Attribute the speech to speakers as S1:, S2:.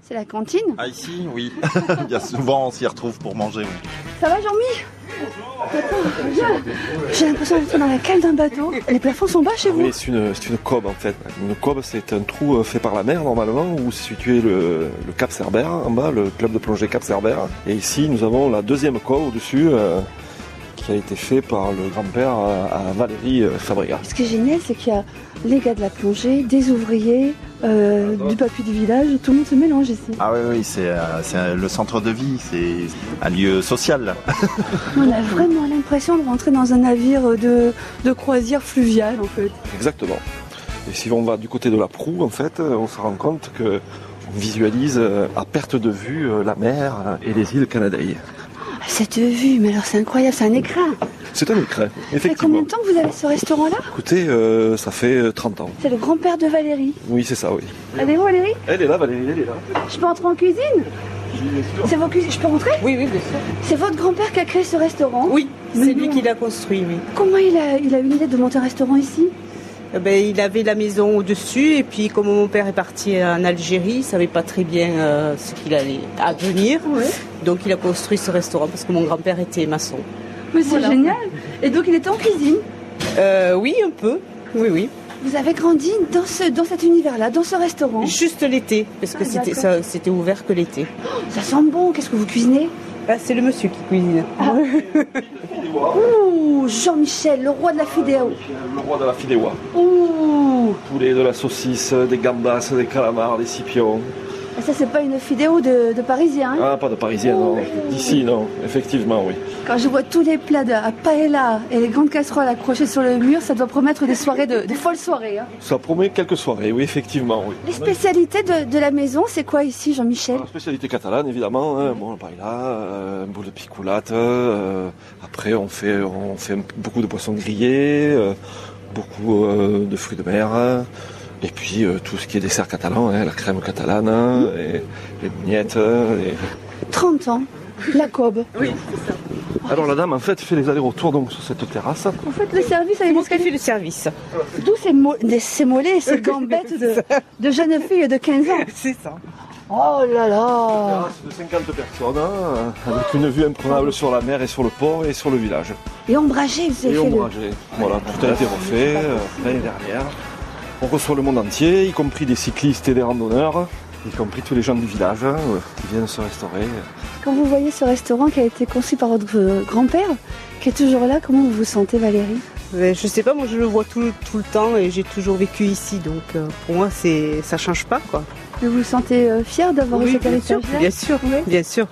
S1: c'est la cantine.
S2: Ah, ici, oui. Il y a souvent, on s'y retrouve pour manger. oui.
S1: Ça va, Jean-Mi Attends, viens. J'ai l'impression d'être dans la cale d'un bateau. Les plafonds sont bas chez vous
S3: Ah Oui, c'est une, c'est une cobe en fait. Une cobe, c'est un trou euh, fait par la mer normalement où se situait le, le Cap Cerbère, en bas, le club de plongée Cap Cerbère. Et ici, nous avons la deuxième cobe au-dessus euh, qui a été fait par le grand-père euh, à Valérie euh, Fabriga.
S1: Ce qui est génial, c'est qu'il y a les gars de la plongée, des ouvriers, euh, du papier du village, tout le monde se mélange ici.
S2: Ah oui, oui, c'est euh, c'est, euh, le centre de vie, c'est un lieu social.
S1: On a vraiment l'impression de rentrer dans un navire de, de croisière fluviale en fait.
S3: Exactement. Et si on va du côté de la proue, en fait, euh, on se rend compte que on visualise euh, à perte de vue euh, la mer euh, et les îles Canadaï.
S1: Ah, Cette vue, mais alors c'est incroyable, c'est un écran.
S3: C'est un écrin,
S1: Ça fait combien
S3: effectivement.
S1: de temps que vous avez ce restaurant-là
S3: Écoutez, euh, ça fait euh, 30 ans.
S1: C'est le grand-père de Valérie.
S3: Oui, c'est ça, oui.
S1: Elle est où Valérie
S3: Elle est là, Valérie, elle est là.
S1: Je peux entrer en cuisine C'est vos cuisines, je peux rentrer
S4: Oui, oui, bien sûr.
S1: C'est votre grand-père qui a créé ce restaurant
S4: Oui,
S1: Mais
S4: c'est lui
S1: non.
S4: qui l'a construit, oui.
S1: Comment il a, il a eu l'idée de monter un restaurant ici
S4: Eh ben, il avait la maison au-dessus, et puis comme mon père est parti en Algérie, il savait pas très bien euh, ce qu'il allait advenir.
S1: Ouais.
S4: Donc il a construit ce restaurant parce que mon grand-père était maçon.
S1: Mais c'est génial Et donc il était en cuisine
S4: Euh, oui, un peu. Oui, oui.
S1: Vous avez grandi dans, ce, dans cet univers-là, dans ce restaurant.
S4: Juste l'été, parce que
S1: Ah,
S4: c'était,
S1: d'accord.
S4: ça- c'était ouvert que l'été.
S1: Ça sent bon, qu'est-ce que vous cuisinez
S4: Ah, c'est le monsieur qui cuisine.
S1: Ouh, Jean-Michel, le roi de la fidéo.
S3: Le roi de la Fidéoua.
S1: Ouh,
S3: Poulet, de la saucisse, des gambas, des calamars, des scipions.
S1: ça c'est pas une fidéo de, de Parisien. hein.
S3: Ah, pas de parisien, non. D'ici, non. Effectivement, oui.
S1: Quand je vois tous les plats de, à paella et les grandes casseroles accrochées sur le mur, ça doit promettre des soirées, de, des folles soirées. hein.
S3: Ça promet quelques soirées, oui, effectivement, oui.
S1: Les spécialités de, de la maison, c'est quoi ici, Jean-Michel
S3: Alors, spécialité catalane, évidemment. hein. Bon, la paella, euh, un bout de picoulate. euh, après, on fait, on fait un- beaucoup de poissons grillés, euh, beaucoup euh, de fruits de mer. hein. Et puis, euh, tout ce qui est dessert catalan, hein, la crème catalane, hein, et les mignettes. hein, et-
S1: 30 ans, la cobe.
S3: Alors, la dame, en fait, fait les allers-retours donc sur cette terrasse.
S1: Vous faites le service
S4: C'est
S1: avec
S4: moi
S1: mon
S4: qui fais le service.
S1: D'où ces, mo- des- ces mollets et ces gambettes de, de jeunes filles de 15 ans
S4: C'est ça.
S1: Oh là là
S3: Terrasse de 50 personnes, hein, avec une vue imprenable sur la mer et sur le port et sur le village.
S1: Et ombragé, vous avez
S3: Et
S1: fait le...
S3: ombragé. Voilà, tout a été refait euh, l'année dernière. On reçoit le monde entier, y compris des cyclistes et des randonneurs, y compris tous les gens du village hein, euh, qui viennent se restaurer. euh,
S1: Quand vous voyez ce restaurant qui a été conçu par votre euh, grand-père, qui est toujours là, comment vous vous sentez, Valérie
S4: Ben, je sais pas, moi je le vois tout, tout le temps et j'ai toujours vécu ici, donc euh, pour moi c'est ça change pas quoi.
S1: Vous vous sentez euh, fière d'avoir eu cet
S4: bien
S1: héritage
S4: sûr, bien sûr, bien sûr.